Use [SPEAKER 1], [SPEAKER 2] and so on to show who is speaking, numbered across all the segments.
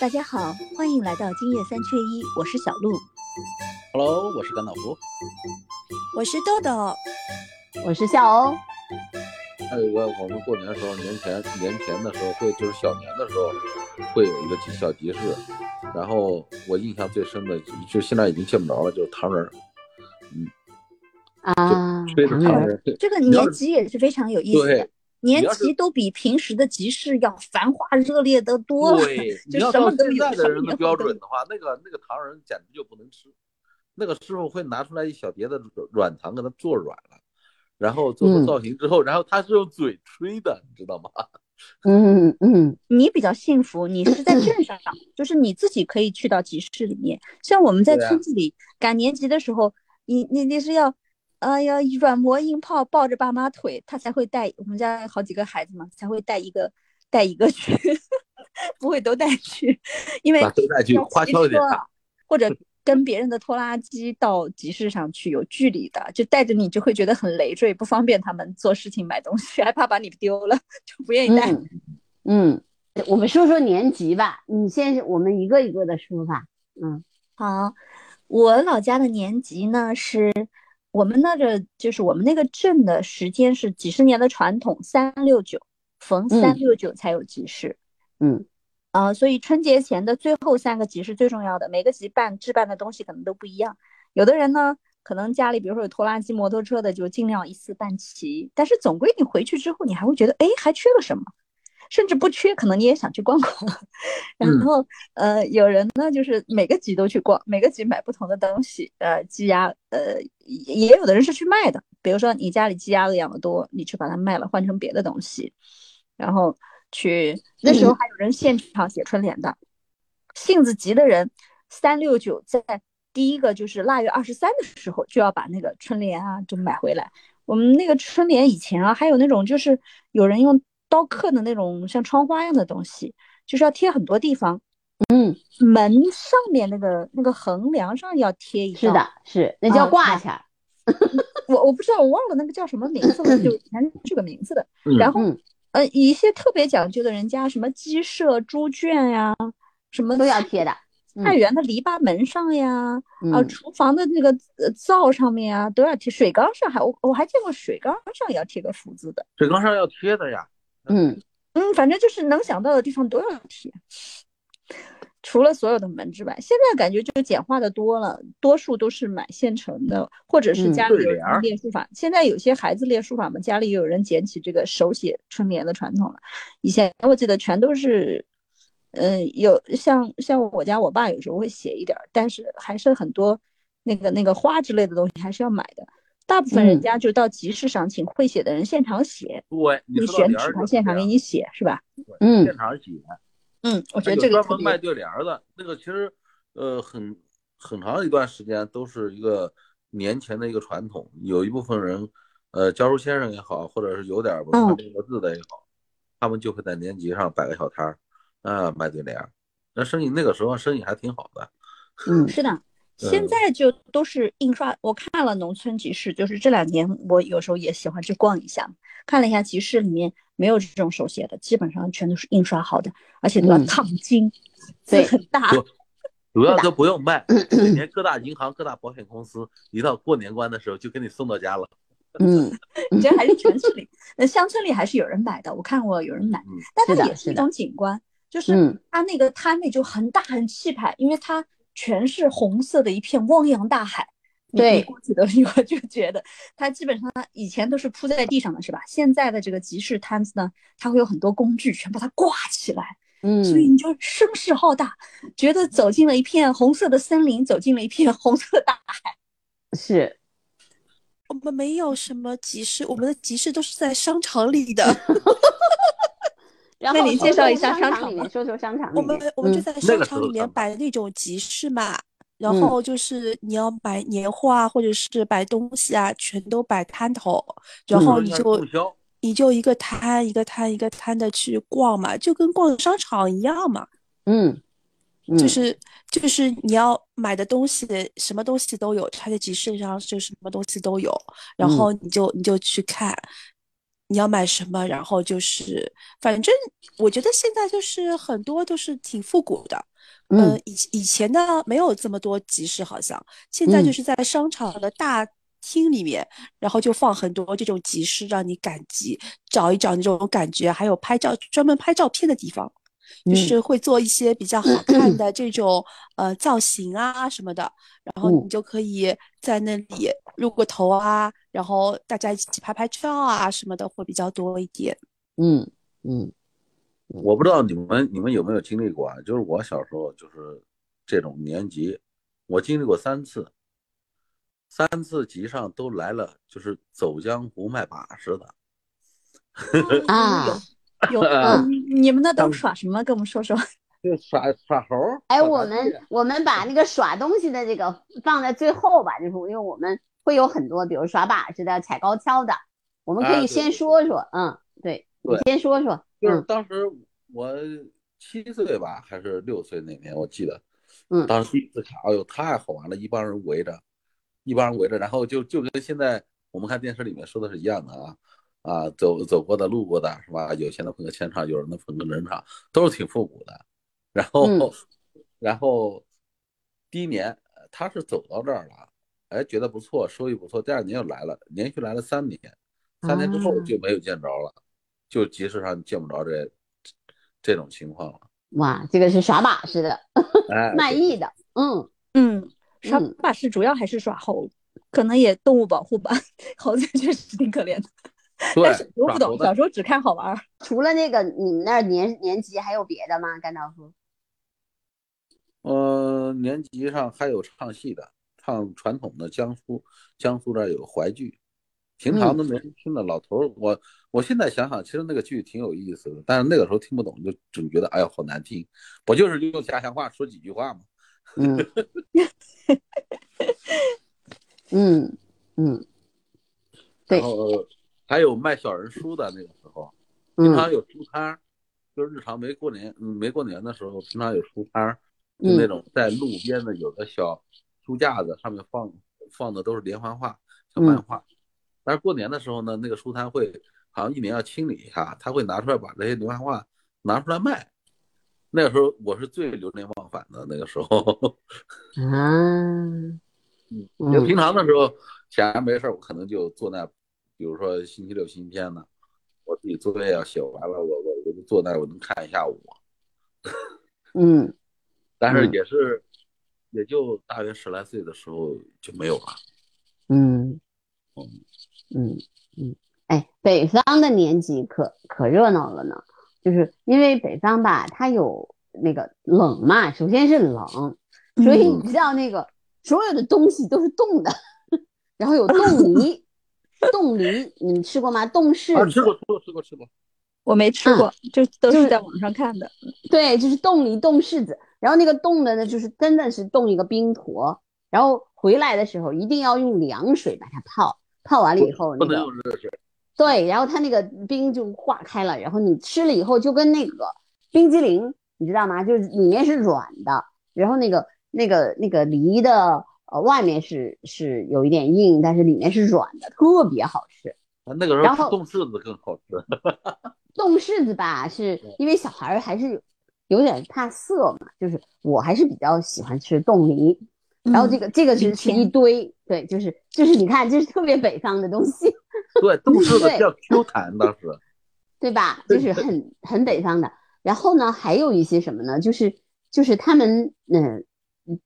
[SPEAKER 1] 大家好，欢迎来到今夜三缺一，我是小鹿，
[SPEAKER 2] Hello，我是甘道夫。
[SPEAKER 3] 我是豆豆，
[SPEAKER 4] 我是哦夏欧，
[SPEAKER 2] 还有一个，哎我们过年的时候，年前年前的时候会，就是小年的时候，会有一个集小集市。然后我印象最深的，就现在已经见不着了，就是糖人儿，
[SPEAKER 4] 啊，
[SPEAKER 2] 吹着糖
[SPEAKER 4] 人
[SPEAKER 2] 人儿。
[SPEAKER 1] 这个
[SPEAKER 2] 你要
[SPEAKER 1] 年
[SPEAKER 2] 是
[SPEAKER 1] 级也是非常有意思的
[SPEAKER 2] 对，
[SPEAKER 1] 年
[SPEAKER 2] 你要是
[SPEAKER 1] 级都比平时的集市要繁华热烈的多了。
[SPEAKER 2] 对，
[SPEAKER 1] 就
[SPEAKER 2] 你要
[SPEAKER 1] 什
[SPEAKER 2] 照
[SPEAKER 1] 么都
[SPEAKER 2] 现
[SPEAKER 1] 有
[SPEAKER 2] 在
[SPEAKER 1] 什
[SPEAKER 2] 的
[SPEAKER 1] 么
[SPEAKER 2] 人的
[SPEAKER 1] 有
[SPEAKER 2] 标
[SPEAKER 1] 的
[SPEAKER 2] 准的话，那个那个糖人简直就不能吃。那个师傅会拿出来一小碟的软软糖，给它做软了，然后做出
[SPEAKER 4] 嗯
[SPEAKER 2] 造型之后，然后他是用嘴吹的，你知道吗？
[SPEAKER 4] 嗯嗯
[SPEAKER 1] 你比较幸福，你是在镇 上，就是你自己可以去到集市里面。像我们在
[SPEAKER 2] 对啊
[SPEAKER 1] 村子里赶年级的时候，你你你是要，哎呀，软磨硬泡，抱着爸妈腿，他才会带我们家好几个孩子嘛，才会带一个带一个去， 不会都带去，因为
[SPEAKER 2] 把 都带去
[SPEAKER 1] 要
[SPEAKER 2] 花
[SPEAKER 1] 骑
[SPEAKER 2] 销一点嗯
[SPEAKER 1] 车啊或者跟别人的拖拉机到集市上去有距离的，就带着你就会觉得很累赘，不方便他们做事情买东西，还怕把你丢了，就不愿意带。
[SPEAKER 4] 嗯嗯，我们说说年级吧，你先我们一个一个的说吧，嗯
[SPEAKER 1] 好，我老家的年级呢是，我们那个就是我们那个镇的时间是几十年的传统，三六九，逢
[SPEAKER 4] 嗯
[SPEAKER 1] 三六九才有集市。
[SPEAKER 4] 嗯
[SPEAKER 1] 啊、所以春节前的最后三个集是最重要的。每个集办置办的东西可能都不一样，有的人呢，可能家里比如说有拖拉机、摩托车的，就尽量一次办齐。但是总归你回去之后，你还会觉得，哎，还缺了什么，甚至不缺，可能你也想去逛 逛。然
[SPEAKER 2] 嗯
[SPEAKER 1] 后，呃，有人呢，就是每个集都去逛，每个集买不同的东西，呃，鸡鸭，呃，也也有的人是去卖的。比如说你家里鸡鸭子养的多，你去把它卖了，换成别的东西，然后去那时候还有人现场写春联的，性子急的人，三六九在第一个就是腊月二十三的时候就要把那个春联啊就买回来。我们那个春联以前啊，还有那种就是有人用刀刻的那种像窗花一样的东西，就是要贴很多地方，
[SPEAKER 4] 嗯，
[SPEAKER 1] 门上面那个那个横梁上要贴一道。
[SPEAKER 4] 是的，嗯是那叫
[SPEAKER 1] 啊
[SPEAKER 4] 挂钱儿，
[SPEAKER 1] 我我不知道，我忘了那个叫什么名字 了，就以前是这个名字的。
[SPEAKER 2] 嗯
[SPEAKER 1] 然后
[SPEAKER 4] 嗯，
[SPEAKER 1] 呃，一些特别讲究的人家，什么鸡舍、猪圈呀、什么
[SPEAKER 4] 都要贴的，嗯
[SPEAKER 1] 菜园的篱笆门上呀，啊，
[SPEAKER 4] 嗯
[SPEAKER 1] 厨房的那个呃灶上面啊，都要贴。水缸上还我我还见过水缸上也要贴个福字的。
[SPEAKER 2] 水缸上要贴的呀，
[SPEAKER 4] 嗯
[SPEAKER 1] 嗯，反正就是能想到的地方都要贴，除了所有的门之外，现在感觉就简化的多了，多数都是买现成的，或者是
[SPEAKER 4] 嗯
[SPEAKER 1] 家里
[SPEAKER 2] 对
[SPEAKER 1] 有
[SPEAKER 2] 联儿
[SPEAKER 1] 人列书法。现在有些孩子列书法嘛，家里有人捡起这个手写春联的传统了。以前我记得全都是，嗯、有像像我家我爸有时候会写一点儿，但是还是很多那个那个花之类的东西还是要买的。大部分人
[SPEAKER 4] 嗯
[SPEAKER 1] 家就到集市上请会写的人现场写，
[SPEAKER 2] 对，你
[SPEAKER 1] 你
[SPEAKER 2] 说到
[SPEAKER 1] 选
[SPEAKER 2] 点
[SPEAKER 1] 纸
[SPEAKER 2] 儿
[SPEAKER 1] 牌现场给你写是吧？
[SPEAKER 4] 嗯
[SPEAKER 2] 现场写，
[SPEAKER 1] 嗯，我
[SPEAKER 2] 我
[SPEAKER 1] 觉得这个
[SPEAKER 2] 专
[SPEAKER 1] 特
[SPEAKER 2] 门
[SPEAKER 1] 别
[SPEAKER 2] 卖对联儿的那个，其实呃很很长一段时间都是一个年前的一个传统，有一部分人，呃，教书先生也好，或者是有点文化
[SPEAKER 1] 嗯
[SPEAKER 2] 这个字的也好，他们就会在年级上摆个小摊儿，啊、卖对联儿，那生意那个时候生意还挺好的，
[SPEAKER 4] 嗯
[SPEAKER 1] 是的。
[SPEAKER 2] 嗯
[SPEAKER 1] 现在就都是印刷，我看了农村集市，就是这两年我有时候也喜欢去逛一下，看了一下集市里面没有这种手写的，基本上全都是印刷好的，而且都要
[SPEAKER 4] 嗯
[SPEAKER 1] 烫金，字
[SPEAKER 4] 对
[SPEAKER 1] 很大。
[SPEAKER 2] 不主要都不用卖，
[SPEAKER 1] 嗯
[SPEAKER 2] 每年各大银行、各大保险公司一到过年关的时候就给你送到家了。
[SPEAKER 4] 嗯
[SPEAKER 1] 这还是城市里，那乡村里还是有人买的，我看过有人买，
[SPEAKER 2] 嗯
[SPEAKER 1] 但
[SPEAKER 4] 是
[SPEAKER 1] 它
[SPEAKER 4] 的
[SPEAKER 1] 也
[SPEAKER 4] 是
[SPEAKER 1] 是一
[SPEAKER 4] 的
[SPEAKER 1] 种景观，就是
[SPEAKER 4] 嗯
[SPEAKER 1] 它那个摊位就很大很气派，因为它全是红色的一片汪洋大海。你
[SPEAKER 4] 对
[SPEAKER 1] 你过去的时候就 觉得它基本上以前都是铺在地上的是吧？现在的这个集市摊子呢，它会有很多工具全把它挂起来，
[SPEAKER 4] 嗯，
[SPEAKER 1] 所以你就声势浩大，觉得走进了一片红色的森林，走进了一片红色的大海。
[SPEAKER 4] 是
[SPEAKER 3] 我们没有什么集市，我们的集市都是在商场里的。
[SPEAKER 2] 嗯
[SPEAKER 4] 然
[SPEAKER 1] 那
[SPEAKER 4] 后
[SPEAKER 1] 你
[SPEAKER 4] 说
[SPEAKER 1] 介绍
[SPEAKER 4] 说
[SPEAKER 1] 一下
[SPEAKER 4] 商
[SPEAKER 1] 商场
[SPEAKER 4] 里
[SPEAKER 1] 吧
[SPEAKER 4] 面，说说商场里
[SPEAKER 3] 我们
[SPEAKER 4] 面
[SPEAKER 3] 我们就
[SPEAKER 4] 嗯
[SPEAKER 3] 在
[SPEAKER 2] 那
[SPEAKER 3] 商
[SPEAKER 2] 个时
[SPEAKER 3] 场
[SPEAKER 2] 候啊
[SPEAKER 3] 里面
[SPEAKER 2] 商
[SPEAKER 3] 摆那种集市嘛，然
[SPEAKER 4] 嗯
[SPEAKER 3] 后就是你要买年货啊，或者是摆东西啊，全都摆摊头，然
[SPEAKER 4] 嗯
[SPEAKER 3] 后
[SPEAKER 2] 应
[SPEAKER 3] 你
[SPEAKER 2] 该是
[SPEAKER 3] 就
[SPEAKER 2] 供销
[SPEAKER 3] 你就一个摊一个摊一个摊的去逛嘛，就跟逛商场一样嘛，
[SPEAKER 4] 嗯嗯
[SPEAKER 3] 就是就是你要买的东西，什么东西都有，它在集市上就什么东西都有，然
[SPEAKER 4] 嗯
[SPEAKER 3] 后你就你就去看，你要买什么，然后就是反正我觉得现在就是很多都是挺复古的。呃
[SPEAKER 4] 嗯，
[SPEAKER 3] 以以前呢没有这么多集市，好像现在就
[SPEAKER 4] 嗯
[SPEAKER 3] 是在商场的大厅里面，然后就放很多这种集市，让你赶集，找一找那种感觉，还有拍照专门拍照片的地方，就
[SPEAKER 4] 嗯
[SPEAKER 3] 是会做一些比较好看的这种呃造型啊什么的，然后
[SPEAKER 4] 嗯
[SPEAKER 3] 你就可以在那里露个头啊，然后大家一起拍拍照啊什么的会比较多一点。
[SPEAKER 4] 嗯嗯
[SPEAKER 2] 我不知道你们你们有没有经历过啊？就是我小时候就是这种年级，我经历过三次，三次集上都来了，就是走江湖卖把式的。
[SPEAKER 4] 啊，
[SPEAKER 1] 有
[SPEAKER 2] 嗯
[SPEAKER 1] 你们那都耍什么？跟我们说说。
[SPEAKER 2] 就耍耍猴儿。
[SPEAKER 4] 哎，
[SPEAKER 2] 耍啊
[SPEAKER 4] 我
[SPEAKER 2] 麻
[SPEAKER 4] 们
[SPEAKER 2] 雀
[SPEAKER 4] 我们把那个耍东西的这个放在最后吧，就是因为我们会有很多，比如耍把式的、踩高跷的，我们可
[SPEAKER 2] 哎
[SPEAKER 4] 以
[SPEAKER 2] 对
[SPEAKER 4] 先说说，嗯，对，你
[SPEAKER 2] 对
[SPEAKER 4] 先说说，
[SPEAKER 2] 就是
[SPEAKER 4] 嗯
[SPEAKER 2] 当时我七岁吧，还是六岁那年，我记得，
[SPEAKER 4] 嗯
[SPEAKER 2] 当时第一次看，哎呦，太好玩了，一帮人围着，一帮人围着，然后就就跟现在我们看电视里面说的是一样的啊。啊，走走过的、路过的，是吧？有钱的捧个钱场，有人的捧个人场，都是挺复古的。然后，
[SPEAKER 4] 嗯
[SPEAKER 2] 然后第一年呃他是走到这儿了，哎，觉得不错，收益不错。第二年又来了，连续来了三年，三年之后
[SPEAKER 1] 哦
[SPEAKER 4] 啊
[SPEAKER 2] 就没有见着了，就集市上见不着这这种情况了。
[SPEAKER 4] 哇，这个是耍把式的，
[SPEAKER 2] 哎，
[SPEAKER 4] 卖
[SPEAKER 2] 对
[SPEAKER 4] 艺的，嗯
[SPEAKER 1] 嗯，耍
[SPEAKER 4] 嗯
[SPEAKER 1] 把式主要还是耍猴，可能也动物保护吧。 猴子确实挺可怜的，
[SPEAKER 2] 对，
[SPEAKER 1] 但是我不
[SPEAKER 2] 耍猴
[SPEAKER 1] 懂，
[SPEAKER 2] 的
[SPEAKER 1] 小时候只看好玩儿。
[SPEAKER 4] 除了那个，你们那儿年年级还有别的吗？甘道夫？
[SPEAKER 2] 呃，年级上还有唱戏的，唱传统的江苏，江苏这儿有淮剧，
[SPEAKER 1] 嗯
[SPEAKER 2] 平常都没人听的。老头儿，我我现在想想，其实那个剧挺有意思的，但是那个时候听不懂，就总觉得哎呀好难听，不就是用家乡话说几句话吗？
[SPEAKER 4] 嗯 嗯嗯对
[SPEAKER 2] 然后还有卖小人书的，那个时候平
[SPEAKER 4] 嗯
[SPEAKER 2] 常有书摊儿，就是日常没过年嗯没过年的时候，平常有书摊儿，就
[SPEAKER 4] 嗯
[SPEAKER 2] 那种在路边的有的小书架子，上面放放的都是连环画、小漫
[SPEAKER 4] 嗯
[SPEAKER 2] 画。但是过年的时候呢，那个书摊会好像一年要清理一下，他会拿出来把这些连环画拿出来卖。那个时候我是最流连忘返的，那个时候。
[SPEAKER 4] 啊，
[SPEAKER 2] 就
[SPEAKER 4] 嗯
[SPEAKER 2] 平常的时候，闲着没事儿，我可能就坐那，比如说星期六、星期天呢，我自己作业要写完了，我我我就坐那，我能看一下午。
[SPEAKER 4] 嗯
[SPEAKER 2] 但是
[SPEAKER 4] 嗯
[SPEAKER 2] 也是，也就大约十来岁的时候就没有了。
[SPEAKER 4] 嗯嗯嗯，哎，北方的年级可可热闹了呢，就是因为北方吧，它有那个冷嘛，首先是冷，所以
[SPEAKER 2] 嗯
[SPEAKER 4] 你知道那个所有的东西都是冻的， 然后有冻梨，冻梨你们吃过吗？冻
[SPEAKER 2] 啊，
[SPEAKER 4] 柿
[SPEAKER 2] 吃
[SPEAKER 4] 子，
[SPEAKER 2] 过，吃过，吃过，吃过。
[SPEAKER 1] 我没吃过，嗯就都
[SPEAKER 4] 就是是
[SPEAKER 1] 在网上看的。
[SPEAKER 4] 对，就是冻梨、冻柿子，然后那个冻的呢，就是真的是冻一个冰坨，然后回来的时候一定要用凉水把它泡，泡完了以后
[SPEAKER 2] 不
[SPEAKER 4] 那
[SPEAKER 2] 能用
[SPEAKER 4] 个。
[SPEAKER 2] 热水，
[SPEAKER 4] 对，然后它那个冰就化开了，然后你吃了以后就跟那个冰激凌，你知道吗？就是里面是软的，然后那个那个那个梨的呃外面是是有一点硬，但是里面是软的，特别好吃。
[SPEAKER 2] 啊那个时
[SPEAKER 4] 然
[SPEAKER 2] 候吃
[SPEAKER 4] 后
[SPEAKER 2] 冻柿子更好吃。
[SPEAKER 4] 冻柿子吧，是因为小孩儿还是有有点怕涩嘛，就是我还是比较喜欢吃冻梨，然后这个这个
[SPEAKER 1] 挺
[SPEAKER 4] 是是一
[SPEAKER 1] 甜
[SPEAKER 4] 堆，对，就是就是你看，这是特别北方的东西。
[SPEAKER 2] 对，冻柿子
[SPEAKER 4] 对
[SPEAKER 2] 比较 Q 弹，当时。
[SPEAKER 4] 对吧？就是很很北方的。然后呢，还有一些什么呢？就是就是他们嗯、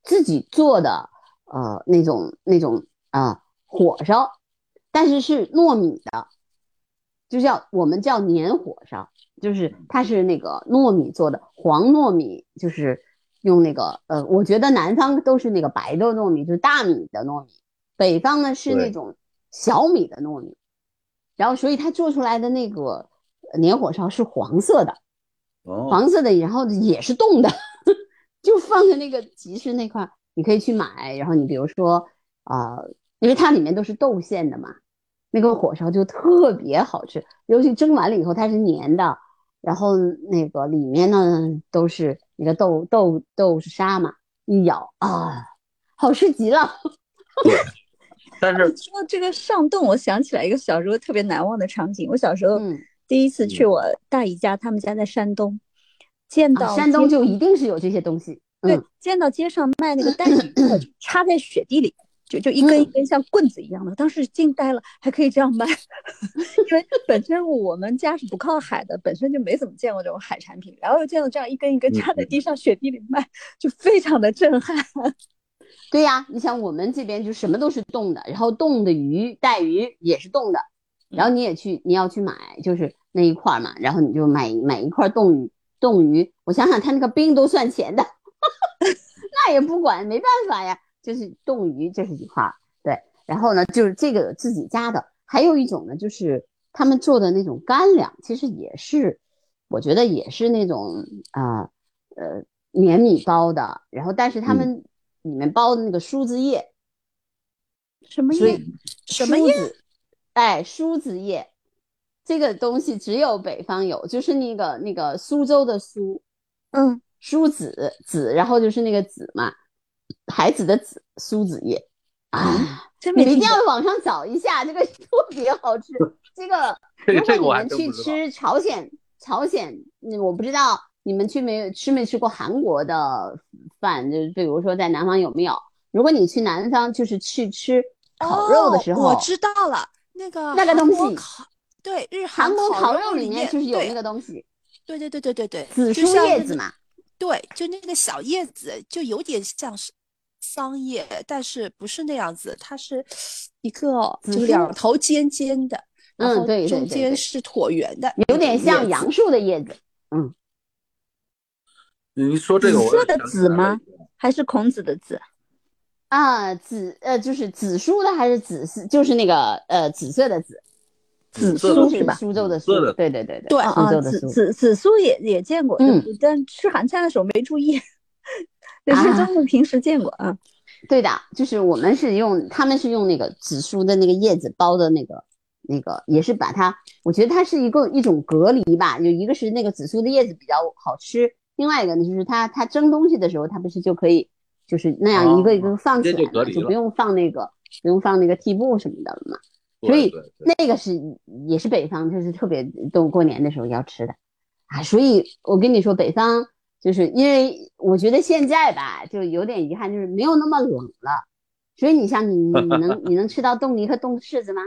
[SPEAKER 4] 自己做的呃那种那种呃火烧，但是是糯米的，就叫我们叫粘火烧，就是它是那个糯米做的，黄糯米就是用那个呃，我觉得南方都是那个白的糯米，就是大米的糯米，北方呢是那
[SPEAKER 2] 对
[SPEAKER 4] 种小米的糯米。然后所以它做出来的那个呃年火烧是黄色的，
[SPEAKER 2] 哦，
[SPEAKER 4] 黄色的，然后也是冻的， 就放在那个集市那块儿，你可以去买。然后你比如说，呃，因为它里面都是豆馅的嘛，那个火烧就特别好吃，尤其蒸完了以后它是黏的，然后那个里面呢都是那个豆豆豆沙嘛，一咬啊，好吃极了。
[SPEAKER 2] 对，但是
[SPEAKER 1] 说到这个上冻，我想起来一个小时候特别难忘的场景。我小时候
[SPEAKER 4] 嗯
[SPEAKER 1] 第一次去我大姨家，他们家在山东，见
[SPEAKER 4] 啊
[SPEAKER 1] 到
[SPEAKER 4] 山东
[SPEAKER 1] 街
[SPEAKER 4] 就一定是有这些东西。
[SPEAKER 1] 对
[SPEAKER 4] 嗯，
[SPEAKER 1] 见到街上卖那个蛋饼的， 就插在雪地里，就就一根一根像棍子一样的，当时惊呆了，还可以这样卖， 因为本身我们家是不靠海的，本身就没怎么见过这种海产品，然后又见到这样一根一根
[SPEAKER 2] 嗯
[SPEAKER 1] 插在
[SPEAKER 2] 嗯
[SPEAKER 1] 地上雪地里卖，就非常的震撼。
[SPEAKER 4] 对呀、你像我们这边就什么都是冻的，然后冻的鱼、带鱼也是冻的，然后你也去，你要去买，就是那一块儿嘛，然后你就买买一块冻鱼，冻鱼，我想想，他那个冰都算钱的， 那也不管，没办法呀，就是冻鱼，这是一块儿，对，然后呢，就是这个自己家的，还有一种呢，就是他们做的那种干粮，其实也是，我觉得也是那种啊呃粘米包的，然后但是
[SPEAKER 1] 嗯
[SPEAKER 4] 他们里面包的那个梳子叶，
[SPEAKER 1] 什么
[SPEAKER 4] 所
[SPEAKER 1] 叶
[SPEAKER 4] 以？
[SPEAKER 1] 什么
[SPEAKER 4] 梳
[SPEAKER 1] 叶
[SPEAKER 4] 子？哎，梳子叶，这个东西只有北方有，就是那个那个苏州的苏，
[SPEAKER 1] 嗯，
[SPEAKER 4] 梳子子，然后就是那个子嘛，孩子的子，苏子叶啊，
[SPEAKER 1] 真
[SPEAKER 4] 你
[SPEAKER 1] 没
[SPEAKER 4] 们一
[SPEAKER 1] 听
[SPEAKER 4] 定
[SPEAKER 1] 过
[SPEAKER 4] 要网上找一下，这个 特别好吃。这个
[SPEAKER 2] 这个
[SPEAKER 4] 如果
[SPEAKER 2] 这个
[SPEAKER 4] 你
[SPEAKER 2] 我还
[SPEAKER 4] 们
[SPEAKER 2] 真
[SPEAKER 4] 去
[SPEAKER 2] 不知道
[SPEAKER 4] 吃朝鲜，朝鲜，嗯我不知道你们去没吃没吃过韩国的饭，就是比如说在南方有没有？如果你去南方，就是去吃烤肉的时候，
[SPEAKER 3] 哦、我知道了，那个
[SPEAKER 4] 那个
[SPEAKER 3] 韩
[SPEAKER 4] 东
[SPEAKER 3] 国
[SPEAKER 4] 西
[SPEAKER 3] 烤，对，日
[SPEAKER 4] 韩国
[SPEAKER 3] 烤
[SPEAKER 4] 烤肉里面
[SPEAKER 3] 面
[SPEAKER 4] 就是有
[SPEAKER 3] 对
[SPEAKER 4] 那个东西，
[SPEAKER 3] 对对对对对对，
[SPEAKER 4] 紫
[SPEAKER 3] 就
[SPEAKER 4] 苏
[SPEAKER 3] 像
[SPEAKER 4] 叶
[SPEAKER 3] 那
[SPEAKER 4] 子
[SPEAKER 3] 个
[SPEAKER 4] 嘛。
[SPEAKER 3] 对，就那个小叶子，就有点像是桑叶，但是不是那样子，它是一个
[SPEAKER 4] 紫
[SPEAKER 3] 就是
[SPEAKER 4] 苏
[SPEAKER 3] 两头尖尖的，然
[SPEAKER 4] 嗯
[SPEAKER 3] 后
[SPEAKER 4] 对对
[SPEAKER 3] 中
[SPEAKER 4] 对
[SPEAKER 3] 间
[SPEAKER 4] 对
[SPEAKER 3] 是椭圆的，
[SPEAKER 4] 有点像杨
[SPEAKER 3] 树。
[SPEAKER 4] 树的叶子，
[SPEAKER 2] 你说这个，我
[SPEAKER 1] 紫色的
[SPEAKER 2] 也想起
[SPEAKER 1] 紫
[SPEAKER 2] 来
[SPEAKER 1] 吗
[SPEAKER 2] 了一个？
[SPEAKER 1] 还是孔子的子？
[SPEAKER 4] 啊，紫呃就是紫苏的还是紫丝，就是那个呃紫色的紫，
[SPEAKER 1] 紫苏
[SPEAKER 2] 色
[SPEAKER 4] 苏
[SPEAKER 2] 的
[SPEAKER 1] 是吧？
[SPEAKER 4] 苏州的
[SPEAKER 2] 紫色
[SPEAKER 4] 苏
[SPEAKER 2] 的，
[SPEAKER 4] 对对对
[SPEAKER 3] 对
[SPEAKER 1] 啊
[SPEAKER 4] 苏
[SPEAKER 1] 啊，
[SPEAKER 4] 州的
[SPEAKER 1] 紫
[SPEAKER 4] 苏，
[SPEAKER 1] 紫紫苏也也见过，
[SPEAKER 4] 嗯
[SPEAKER 1] 但吃韩餐的时候没注 意，对，是
[SPEAKER 4] 啊
[SPEAKER 1] 真的平时见过啊。
[SPEAKER 4] 对的，就是我们是用他们是用那个紫苏的那个叶子包的那个那个，也是把它，我觉得它是一个一种隔离吧，有一个是那个紫苏的叶子比较好吃，另外一个呢就是它它蒸东西的时候，它不是就可以就是那样一个一个放起
[SPEAKER 2] 哦直
[SPEAKER 4] 来
[SPEAKER 2] 接就隔
[SPEAKER 4] 嘛，
[SPEAKER 2] 离
[SPEAKER 4] 就不
[SPEAKER 2] 了
[SPEAKER 4] 用放那个不用放那个屉布什么的了嘛。
[SPEAKER 2] 对
[SPEAKER 4] 所以
[SPEAKER 2] 对对
[SPEAKER 4] 那个是也是北方，就是特别都过年的时候要吃的啊。所以我跟你说，北方就是因为我觉得现在吧，就有点遗憾，就是没有那么冷了。所以你像你你你 能你能吃到冻梨和冻柿子吗？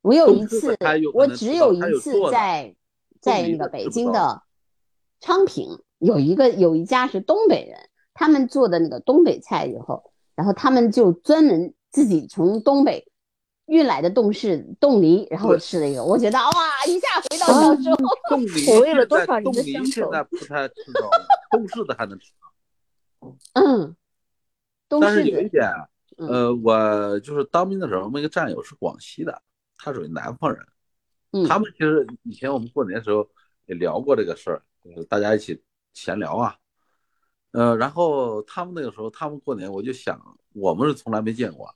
[SPEAKER 4] 我有一
[SPEAKER 2] 冻柿子
[SPEAKER 4] 次
[SPEAKER 2] 它有，可
[SPEAKER 4] 我
[SPEAKER 2] 能
[SPEAKER 4] 只
[SPEAKER 2] 吃到
[SPEAKER 4] 有
[SPEAKER 2] 它
[SPEAKER 4] 一
[SPEAKER 2] 有
[SPEAKER 4] 次
[SPEAKER 2] 做的
[SPEAKER 4] 在在
[SPEAKER 2] 冻梨
[SPEAKER 4] 那个
[SPEAKER 2] 的吃
[SPEAKER 4] 北
[SPEAKER 2] 不
[SPEAKER 4] 京
[SPEAKER 2] 到
[SPEAKER 4] 的昌平有一个有一家是东北人，他们做的那个东北菜以后，然后他们就专门自己从东北运来的冻柿冻梨，然后
[SPEAKER 2] 对嗯
[SPEAKER 4] 吃了一个，我觉得哇，一下回到小时候，
[SPEAKER 2] 冻梨
[SPEAKER 1] 我为
[SPEAKER 2] 现
[SPEAKER 1] 了多
[SPEAKER 2] 在
[SPEAKER 1] 少人
[SPEAKER 2] 冻
[SPEAKER 1] 的
[SPEAKER 2] 梨
[SPEAKER 1] 乡
[SPEAKER 2] 现
[SPEAKER 1] 愁
[SPEAKER 2] 在不太吃到了，冻柿子还能吃，
[SPEAKER 4] 嗯，冻
[SPEAKER 2] 但是
[SPEAKER 4] 柿
[SPEAKER 2] 有一
[SPEAKER 4] 子，
[SPEAKER 2] 点，
[SPEAKER 4] 嗯
[SPEAKER 2] 呃，我就是当兵的时候，我们一个战友是广西的，他属于南方人，
[SPEAKER 4] 嗯
[SPEAKER 2] 他们其实以前我们过年的时候也聊过这个事儿，就是大家一起闲聊啊，呃，然后他们那个时候他们过年，我就想我们是从来没见过，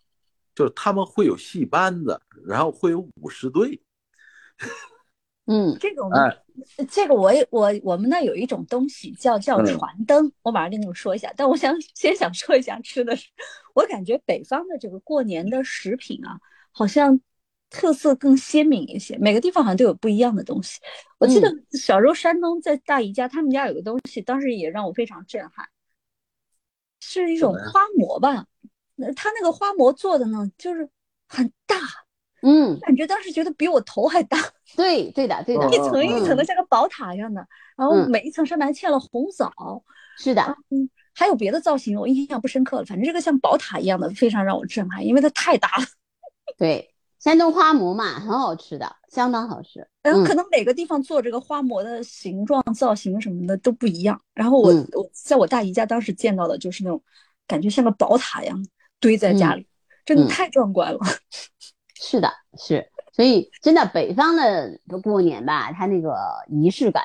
[SPEAKER 2] 就是他们会有戏班子，然后会有舞狮队，
[SPEAKER 4] 嗯
[SPEAKER 1] 这种，
[SPEAKER 2] 哎
[SPEAKER 1] 这个我也我我们那有一种东西叫叫
[SPEAKER 2] 嗯
[SPEAKER 1] 船灯，我马上跟你们说一下。但我想先想说一下吃的，我感觉北方的这个过年的食品啊，好像特色更鲜明一些，每个地方好像都有不一样的东西。我记得
[SPEAKER 2] 嗯
[SPEAKER 1] 小时候山东在大姨家，他们家有个东西，当时也让我非常震撼，是一种
[SPEAKER 2] 什么呀
[SPEAKER 1] 花馍吧？那他那个花馍做的呢，就是很大，
[SPEAKER 4] 嗯，
[SPEAKER 1] 感觉当时觉得比我头还大。
[SPEAKER 4] 对对的对的，
[SPEAKER 1] 一
[SPEAKER 2] 哦
[SPEAKER 1] 层一层的，
[SPEAKER 4] 嗯
[SPEAKER 1] 像个宝塔一样的，然后
[SPEAKER 4] 嗯
[SPEAKER 1] 每一层上面还嵌了红枣，
[SPEAKER 4] 是的，
[SPEAKER 1] 啊嗯，还有别的造型，我印象不深刻了。反正这个像宝塔一样的，非常让我震撼，因为它太大了。
[SPEAKER 4] 对，山东花馍嘛，很好吃的，相当好吃，
[SPEAKER 1] 然后
[SPEAKER 4] 嗯
[SPEAKER 1] 可能每个地方做这个花馍的形状、造型什么的都不一样。然后我、
[SPEAKER 4] 嗯
[SPEAKER 1] 我在我大姨家当时见到的就是那种感觉像个宝塔一样堆在家里，真的
[SPEAKER 4] 嗯
[SPEAKER 1] 太壮观了。
[SPEAKER 4] 是的，是，所以真的北方的过年吧，它那个仪式感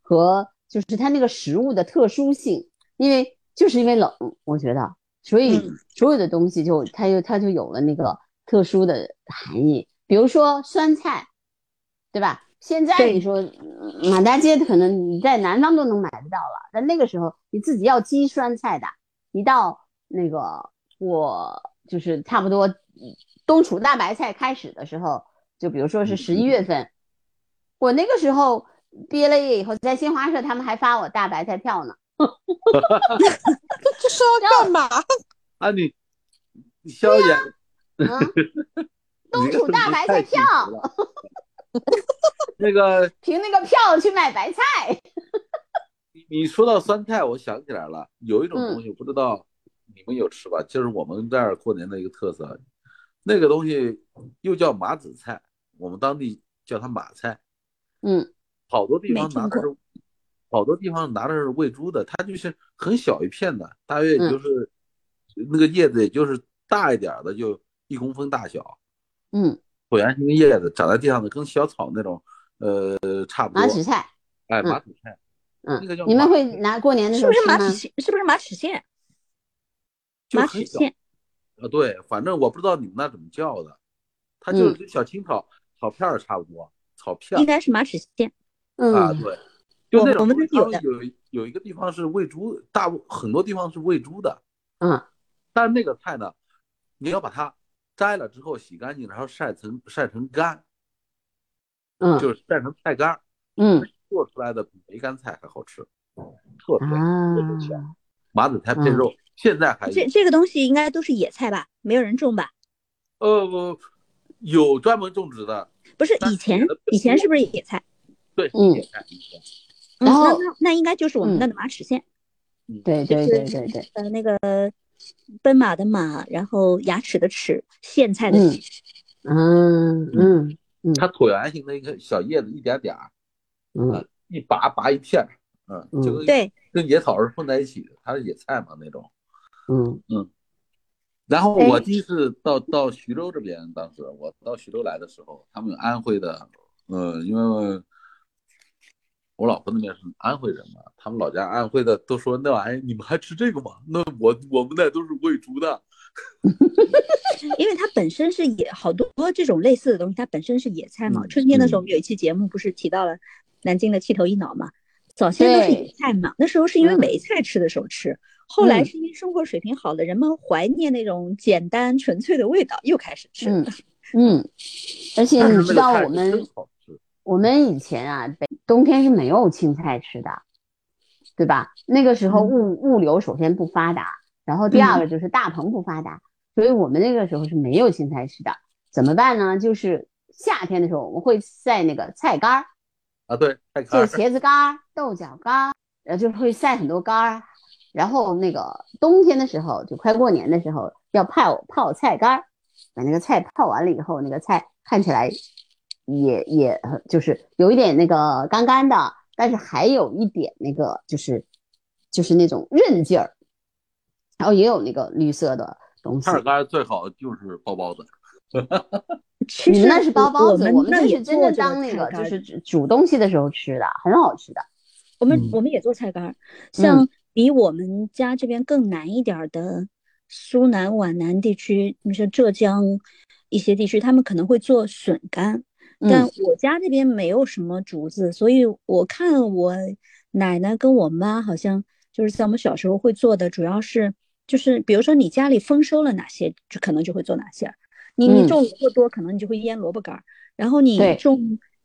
[SPEAKER 4] 和就是它那个食物的特殊性，因为就是因为冷，我觉得，所以
[SPEAKER 1] 嗯
[SPEAKER 4] 所有的东西就它就它就有了那个特殊的含义，比如说酸菜，对吧？现在
[SPEAKER 1] 对
[SPEAKER 4] 你说嗯满大街可能你在南方都能买得到了，但那个时候你自己要鸡酸菜的，一到那个我就是差不多冬储大白菜开始的时候，就比如
[SPEAKER 1] 嗯
[SPEAKER 4] 说是十一月份，我那个时候毕业了业以后，在新华社他们还发我大白菜票呢。
[SPEAKER 3] 这是要干嘛？
[SPEAKER 2] 啊，你你萧炎，
[SPEAKER 4] 嗯，冬储大白菜票，
[SPEAKER 2] 那个
[SPEAKER 4] 凭那个票去买白菜。
[SPEAKER 2] 你你说到酸菜，我想起来了，有一种
[SPEAKER 4] 嗯
[SPEAKER 2] 东西不知道你们有吃吧，就是我们这儿过年的一个特色，那个东西又叫麻子菜，我们当地叫它马菜，
[SPEAKER 4] 嗯，
[SPEAKER 2] 好多地方
[SPEAKER 3] 没听
[SPEAKER 2] 拿的是，好多地方拿的是喂猪的，它就是很小一片的，大约
[SPEAKER 4] 嗯
[SPEAKER 2] 也就是那个叶子，也就是大一点儿的，就一公分大小，
[SPEAKER 4] 嗯，
[SPEAKER 2] 椭圆形的叶子长在地上的，跟小草那种，呃，差不多
[SPEAKER 4] 马，齿菜，
[SPEAKER 2] 哎，
[SPEAKER 4] 嗯
[SPEAKER 2] 马子菜。
[SPEAKER 4] 嗯
[SPEAKER 2] 那个叫，
[SPEAKER 4] 你们
[SPEAKER 2] 马
[SPEAKER 4] 会拿过年的时
[SPEAKER 1] 是
[SPEAKER 4] 候
[SPEAKER 1] 不
[SPEAKER 4] 吃
[SPEAKER 1] 是马
[SPEAKER 4] 吗？
[SPEAKER 1] 齿苋？是不是马齿苋？
[SPEAKER 2] 就
[SPEAKER 1] 马
[SPEAKER 2] 很
[SPEAKER 1] 齿
[SPEAKER 2] 小
[SPEAKER 1] 苋，
[SPEAKER 2] 啊，对，反正我不知道你们那怎么叫的，它就是
[SPEAKER 4] 嗯
[SPEAKER 2] 跟小青草草片儿差不多，草片
[SPEAKER 1] 应
[SPEAKER 2] 儿
[SPEAKER 1] 该是马齿苋。
[SPEAKER 2] 啊，
[SPEAKER 4] 嗯，
[SPEAKER 2] 对，就
[SPEAKER 1] 我
[SPEAKER 2] 那
[SPEAKER 1] 们我
[SPEAKER 2] 种
[SPEAKER 1] 们
[SPEAKER 2] 东西
[SPEAKER 1] 那有的
[SPEAKER 2] 它有一有一个地方是喂猪，大部很多地方是喂猪的，
[SPEAKER 4] 嗯，
[SPEAKER 2] 但是那个菜呢，你要把它摘了之后洗干净，然后晒成晒成干，
[SPEAKER 4] 嗯，
[SPEAKER 2] 就是晒成菜干儿，
[SPEAKER 4] 嗯
[SPEAKER 2] 做出来的比梅干菜还好吃，特别
[SPEAKER 4] 啊。
[SPEAKER 2] 麻子菜配
[SPEAKER 4] 嗯
[SPEAKER 2] 肉，现在还有
[SPEAKER 1] 这这个东西应该都是野菜吧？没有人种吧？
[SPEAKER 2] 呃我有专门种植的，
[SPEAKER 1] 不是
[SPEAKER 2] 但
[SPEAKER 1] 以前
[SPEAKER 2] 有的
[SPEAKER 1] 以前是不是野菜？
[SPEAKER 2] 对，
[SPEAKER 4] 嗯
[SPEAKER 2] 野菜以前
[SPEAKER 1] 嗯
[SPEAKER 4] 然后
[SPEAKER 1] 那那那应该就是我们
[SPEAKER 4] 哦嗯
[SPEAKER 1] 那的马齿苋，
[SPEAKER 4] 对对对对对，
[SPEAKER 1] 呃，那个奔马的马，然后牙齿的齿，苋菜的苋。
[SPEAKER 4] 嗯嗯
[SPEAKER 2] 它椭圆形的一个小叶子，一点点儿，
[SPEAKER 4] 嗯
[SPEAKER 2] 一拔拔一片儿，嗯，就
[SPEAKER 4] 嗯
[SPEAKER 2] 跟
[SPEAKER 1] 对，
[SPEAKER 2] 跟野草是混在一起的，它是野菜嘛那种。
[SPEAKER 4] 嗯
[SPEAKER 2] 然后
[SPEAKER 4] 哎
[SPEAKER 2] 我第一次到到徐州这边，当时我到徐州来的时候，他们有安徽的，嗯，因为我老婆那边是安徽人嘛，他们老家安徽的都说那玩意儿你们还吃这个吗？那我我们那都是喂猪的，
[SPEAKER 1] 因为它本身是野，好多这种类似的东西，它本身是野菜嘛。
[SPEAKER 2] 嗯
[SPEAKER 1] 春天的时候，我
[SPEAKER 2] 嗯
[SPEAKER 1] 们有一期节目不是提到了南京的气头一脑嘛？早先都是
[SPEAKER 4] 对
[SPEAKER 1] 野菜嘛，那时候是因为
[SPEAKER 4] 嗯
[SPEAKER 1] 梅菜吃的时候吃，后来
[SPEAKER 4] 嗯
[SPEAKER 1] 是因为生活水平好了，人们怀念那种简单纯粹的味道，又开始吃。
[SPEAKER 4] 嗯嗯，而且
[SPEAKER 2] 但是
[SPEAKER 4] 你
[SPEAKER 2] 那个
[SPEAKER 4] 知道
[SPEAKER 2] 菜
[SPEAKER 4] 我
[SPEAKER 2] 是
[SPEAKER 4] 们
[SPEAKER 2] 真好吃，
[SPEAKER 4] 我们以前啊，北冬天是没有青菜吃的，对吧？那个时候物物流首先不发达，然后第二个就是大棚不发达，所以我们那个时候是没有青菜吃的。怎么办呢？就是夏天的时候，我们会晒那个菜干儿，
[SPEAKER 2] 啊，对，太
[SPEAKER 4] 就
[SPEAKER 2] 干儿，
[SPEAKER 4] 茄子干儿、豆角干儿，然后就会晒很多干儿。然后那个冬天的时候，就快过年的时候，要泡泡菜干儿，把那个菜泡完了以后，那个菜看起来也也呃就是有一点那个干干的，但是还有一点那个就是就是那种韧劲儿，然后也有那个绿色的东西
[SPEAKER 2] 菜。干儿最好就是包包子，
[SPEAKER 1] 其
[SPEAKER 4] 你
[SPEAKER 1] 实
[SPEAKER 4] 们嗯那是包包子，
[SPEAKER 1] 我
[SPEAKER 4] 我们
[SPEAKER 1] 那
[SPEAKER 4] 那
[SPEAKER 1] 也
[SPEAKER 4] 是真的
[SPEAKER 1] 做这
[SPEAKER 4] 当那
[SPEAKER 1] 菜
[SPEAKER 4] 个
[SPEAKER 1] 干
[SPEAKER 4] 就
[SPEAKER 1] 儿
[SPEAKER 4] 是煮煮东西的时候吃的，很好吃的。
[SPEAKER 1] 我们
[SPEAKER 2] 嗯
[SPEAKER 1] 我们也做菜干儿，像比我们家这边更南一点儿的苏南、皖南地区，你说浙江一些地区，他们可能会做笋干，但
[SPEAKER 4] 嗯
[SPEAKER 1] 我家这边没有什么竹子，所以我看我奶奶跟我妈好像就是在我们小时候会做的，主要是就是比如说你家里丰收了哪些，就可能就会做哪些。你你
[SPEAKER 4] 嗯
[SPEAKER 1] 种萝卜多，可能你就会腌萝卜干儿，然后你
[SPEAKER 4] 对
[SPEAKER 1] 种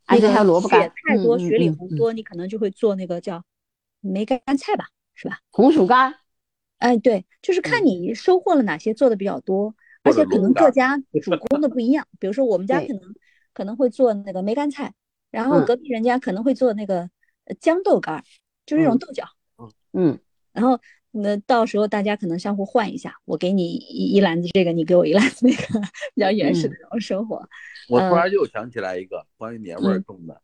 [SPEAKER 4] 而
[SPEAKER 1] 那
[SPEAKER 4] 且
[SPEAKER 1] 个
[SPEAKER 4] 还有萝卜干
[SPEAKER 1] 雪菜多、
[SPEAKER 4] 嗯嗯
[SPEAKER 1] 雪里
[SPEAKER 4] 嗯
[SPEAKER 1] 红
[SPEAKER 4] 嗯
[SPEAKER 1] 多，你可能就会做那个叫梅干菜吧，是吧？
[SPEAKER 4] 红薯干儿，
[SPEAKER 1] 哎，对，就是看
[SPEAKER 4] 嗯
[SPEAKER 1] 你收获了哪些做的比较多，
[SPEAKER 2] 或
[SPEAKER 1] 而
[SPEAKER 2] 者
[SPEAKER 1] 且可
[SPEAKER 2] 萝
[SPEAKER 1] 能
[SPEAKER 2] 卜干
[SPEAKER 1] 各
[SPEAKER 2] 儿
[SPEAKER 1] 家主攻的不一样。比如说我们家
[SPEAKER 4] 对
[SPEAKER 1] 可能可能会做那个梅干菜，然后
[SPEAKER 4] 嗯
[SPEAKER 1] 隔壁人家可能会做那个呃豇豆干儿，就是一种
[SPEAKER 4] 嗯
[SPEAKER 1] 豆角。
[SPEAKER 4] 嗯
[SPEAKER 1] 然后那到时候大家可能相互换一下，我给你一一篮子这个，你给我一篮子那个， 比较原
[SPEAKER 4] 嗯
[SPEAKER 1] 始的那种生活。
[SPEAKER 2] 我突然又想起来一个关于年味儿
[SPEAKER 1] 嗯
[SPEAKER 2] 重的，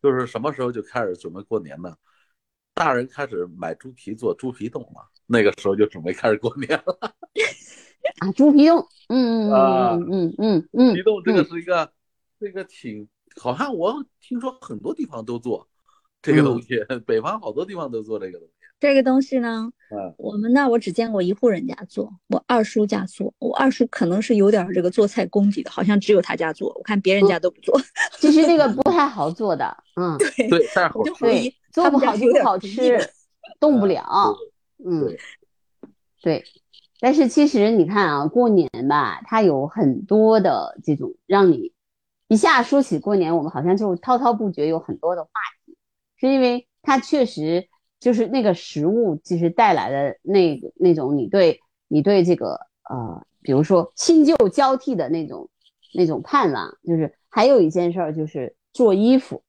[SPEAKER 2] 就是什么时候就开始准备过年呢？大人开始买猪皮做猪皮冻了，那个时候就准备开始过年了。
[SPEAKER 4] 啊，猪皮冻，嗯嗯嗯嗯嗯
[SPEAKER 2] 皮
[SPEAKER 4] 嗯，
[SPEAKER 2] 冻这个
[SPEAKER 4] 嗯
[SPEAKER 2] 是一个，这个挺好像我听说很多地方都做这个东西， 北方好多地方都做这个东西。
[SPEAKER 1] 这个东西呢，
[SPEAKER 2] 嗯，
[SPEAKER 1] 我们那我只见过一户人家做，我二叔家做，我二叔可能是有点儿这个做菜功底的，好像只有他家做，我看别
[SPEAKER 4] 嗯
[SPEAKER 1] 人家都不做。
[SPEAKER 4] 其实这个不太好做的，嗯，
[SPEAKER 2] 对，但是好
[SPEAKER 1] 我就
[SPEAKER 2] 吃。
[SPEAKER 1] 怀疑
[SPEAKER 4] 对，做
[SPEAKER 1] 他
[SPEAKER 4] 不
[SPEAKER 1] 们家
[SPEAKER 4] 好
[SPEAKER 1] 是
[SPEAKER 4] 就
[SPEAKER 1] 有
[SPEAKER 4] 不
[SPEAKER 1] 点
[SPEAKER 4] 好
[SPEAKER 1] 故意的
[SPEAKER 4] 吃，动不了，
[SPEAKER 2] 对
[SPEAKER 4] 嗯，
[SPEAKER 2] 对
[SPEAKER 4] 对，但是其实你看啊，过年吧，它有很多的这种让你一下说起过年，我们好像就滔滔不绝，有很多的话题，是因为它确实就是那个食物，其实带来的那个那种你对你对这个呃，比如说新旧交替的那种那种盼望，就是还有一件事儿就是做衣服，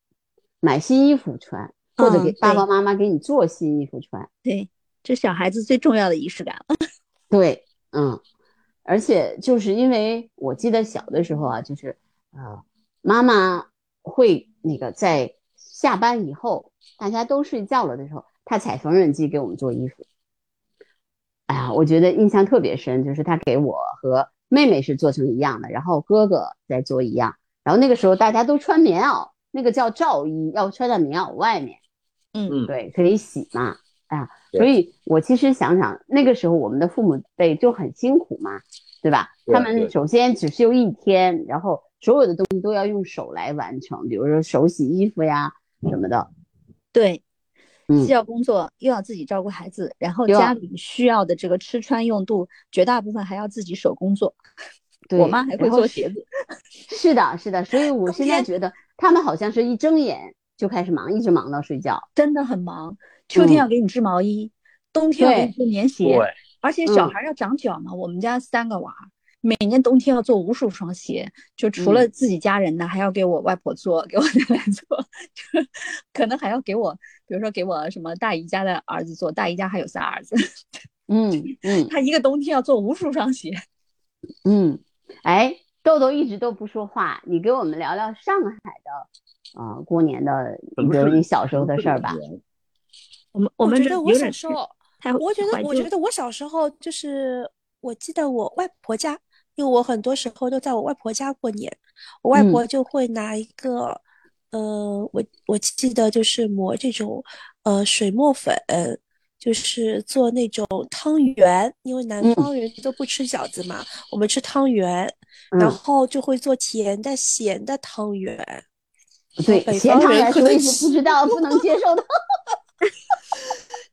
[SPEAKER 4] 买新衣服穿，或者给
[SPEAKER 1] 嗯
[SPEAKER 4] 爸爸
[SPEAKER 1] 对
[SPEAKER 4] 妈妈给你做新衣服穿。
[SPEAKER 1] 对，这小孩子最重要的仪式感了。
[SPEAKER 4] 对，嗯，而且就是因为我记得小的时候啊，就是呃，妈妈会那个在下班以后，大家都睡觉了的时候，她踩缝纫机给我们做衣服。哎呀，我觉得印象特别深，就是她给我和妹妹是做成一样的，然后哥哥在做一样，然后那个时候大家都穿棉袄，那个叫罩衣，要穿在棉袄外面。
[SPEAKER 2] 嗯，
[SPEAKER 4] 对，可以洗嘛，啊，
[SPEAKER 2] 对
[SPEAKER 4] 所以我其实想想，那个时候我们的父母辈就很辛苦嘛，对吧？
[SPEAKER 2] 对
[SPEAKER 4] 他
[SPEAKER 2] 对
[SPEAKER 4] 们首先只是有一天，然后所有的东西都要用手来完成，比如说手洗衣服呀什么的，
[SPEAKER 1] 对，
[SPEAKER 4] 嗯
[SPEAKER 1] 既要工作又要自己照顾孩子，然后
[SPEAKER 4] 又要
[SPEAKER 1] 家里需要的这个吃穿用度，绝大部分还要自己手工做。
[SPEAKER 4] 对，
[SPEAKER 1] 我妈还会
[SPEAKER 4] 然后
[SPEAKER 1] 做
[SPEAKER 4] 是
[SPEAKER 1] 鞋子。
[SPEAKER 4] 是的，是的，所以我
[SPEAKER 1] 冬
[SPEAKER 4] 现在
[SPEAKER 1] 天
[SPEAKER 4] 觉得他们好像是一睁眼就开始忙，一直忙到睡觉，
[SPEAKER 1] 真的很忙，秋
[SPEAKER 4] 嗯
[SPEAKER 1] 天要给你织毛衣，冬天要给你做棉鞋，而且
[SPEAKER 2] 嗯
[SPEAKER 1] 小孩要长脚嘛。我们家三个娃儿，每年冬天要做无数双鞋，就除
[SPEAKER 2] 嗯
[SPEAKER 1] 了自己家人呢，还要给我外婆做，给我奶奶做，就可能还要给我，比如说给我什么大姨家的儿子做，大姨家还有仨儿子，
[SPEAKER 4] 嗯嗯
[SPEAKER 1] 他一个冬天要做无数双鞋。
[SPEAKER 4] 嗯，哎，豆豆一直都不说话，你给我们聊聊上海的啊、呃过年的，比
[SPEAKER 2] 怎么
[SPEAKER 4] 如
[SPEAKER 2] 是
[SPEAKER 4] 你小时候的事儿吧。
[SPEAKER 1] 我们
[SPEAKER 3] 我
[SPEAKER 1] 们
[SPEAKER 3] 觉
[SPEAKER 1] 这
[SPEAKER 3] 得我
[SPEAKER 1] 有
[SPEAKER 3] 小
[SPEAKER 1] 点
[SPEAKER 3] 时候，
[SPEAKER 1] 太，
[SPEAKER 4] 呃
[SPEAKER 3] 我觉得
[SPEAKER 1] 怀
[SPEAKER 3] 我
[SPEAKER 1] 旧
[SPEAKER 3] 觉得我小时候就是，我记得我外婆家，因为我很多时候都在我外婆家过年，我外
[SPEAKER 4] 嗯
[SPEAKER 3] 婆就会拿一个，呃，我我记得就是磨这种，呃，水磨粉，就是做那种汤圆，因为南
[SPEAKER 4] 嗯
[SPEAKER 3] 方人都不吃饺子嘛，我们吃汤圆，然
[SPEAKER 4] 嗯，
[SPEAKER 3] 后就会做甜的、咸的汤圆。
[SPEAKER 4] 对，
[SPEAKER 3] 北
[SPEAKER 4] 咸
[SPEAKER 3] 方
[SPEAKER 4] 汤
[SPEAKER 3] 人
[SPEAKER 4] 圆
[SPEAKER 3] 可
[SPEAKER 4] 是我
[SPEAKER 3] 能
[SPEAKER 4] 一直不知道、不能接受的。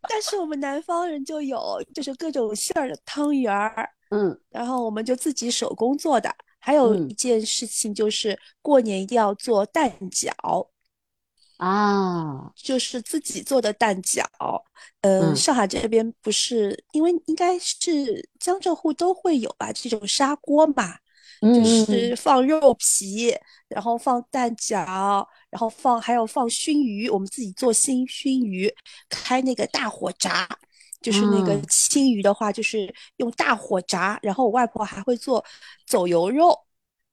[SPEAKER 3] 但是我们南方人就有就是各种馅儿的汤圆儿，
[SPEAKER 4] 嗯
[SPEAKER 3] 然后我们就自己手工做的。还有
[SPEAKER 4] 嗯
[SPEAKER 3] 一件事情就是过年一定要做蛋饺，
[SPEAKER 4] 啊，
[SPEAKER 3] 就是自己做的蛋饺。
[SPEAKER 4] 嗯
[SPEAKER 3] 嗯，上海这边不是，因为应该是江浙沪都会有吧，这种砂锅嘛，就
[SPEAKER 4] 嗯
[SPEAKER 3] 是放肉皮，然后放蛋饺，然后放还有放熏鱼，我们自己做熏熏鱼，开那个大火炸，就是那个
[SPEAKER 4] 嗯
[SPEAKER 3] 青鱼的话，就是用大火炸，然后我外婆还会做走油肉，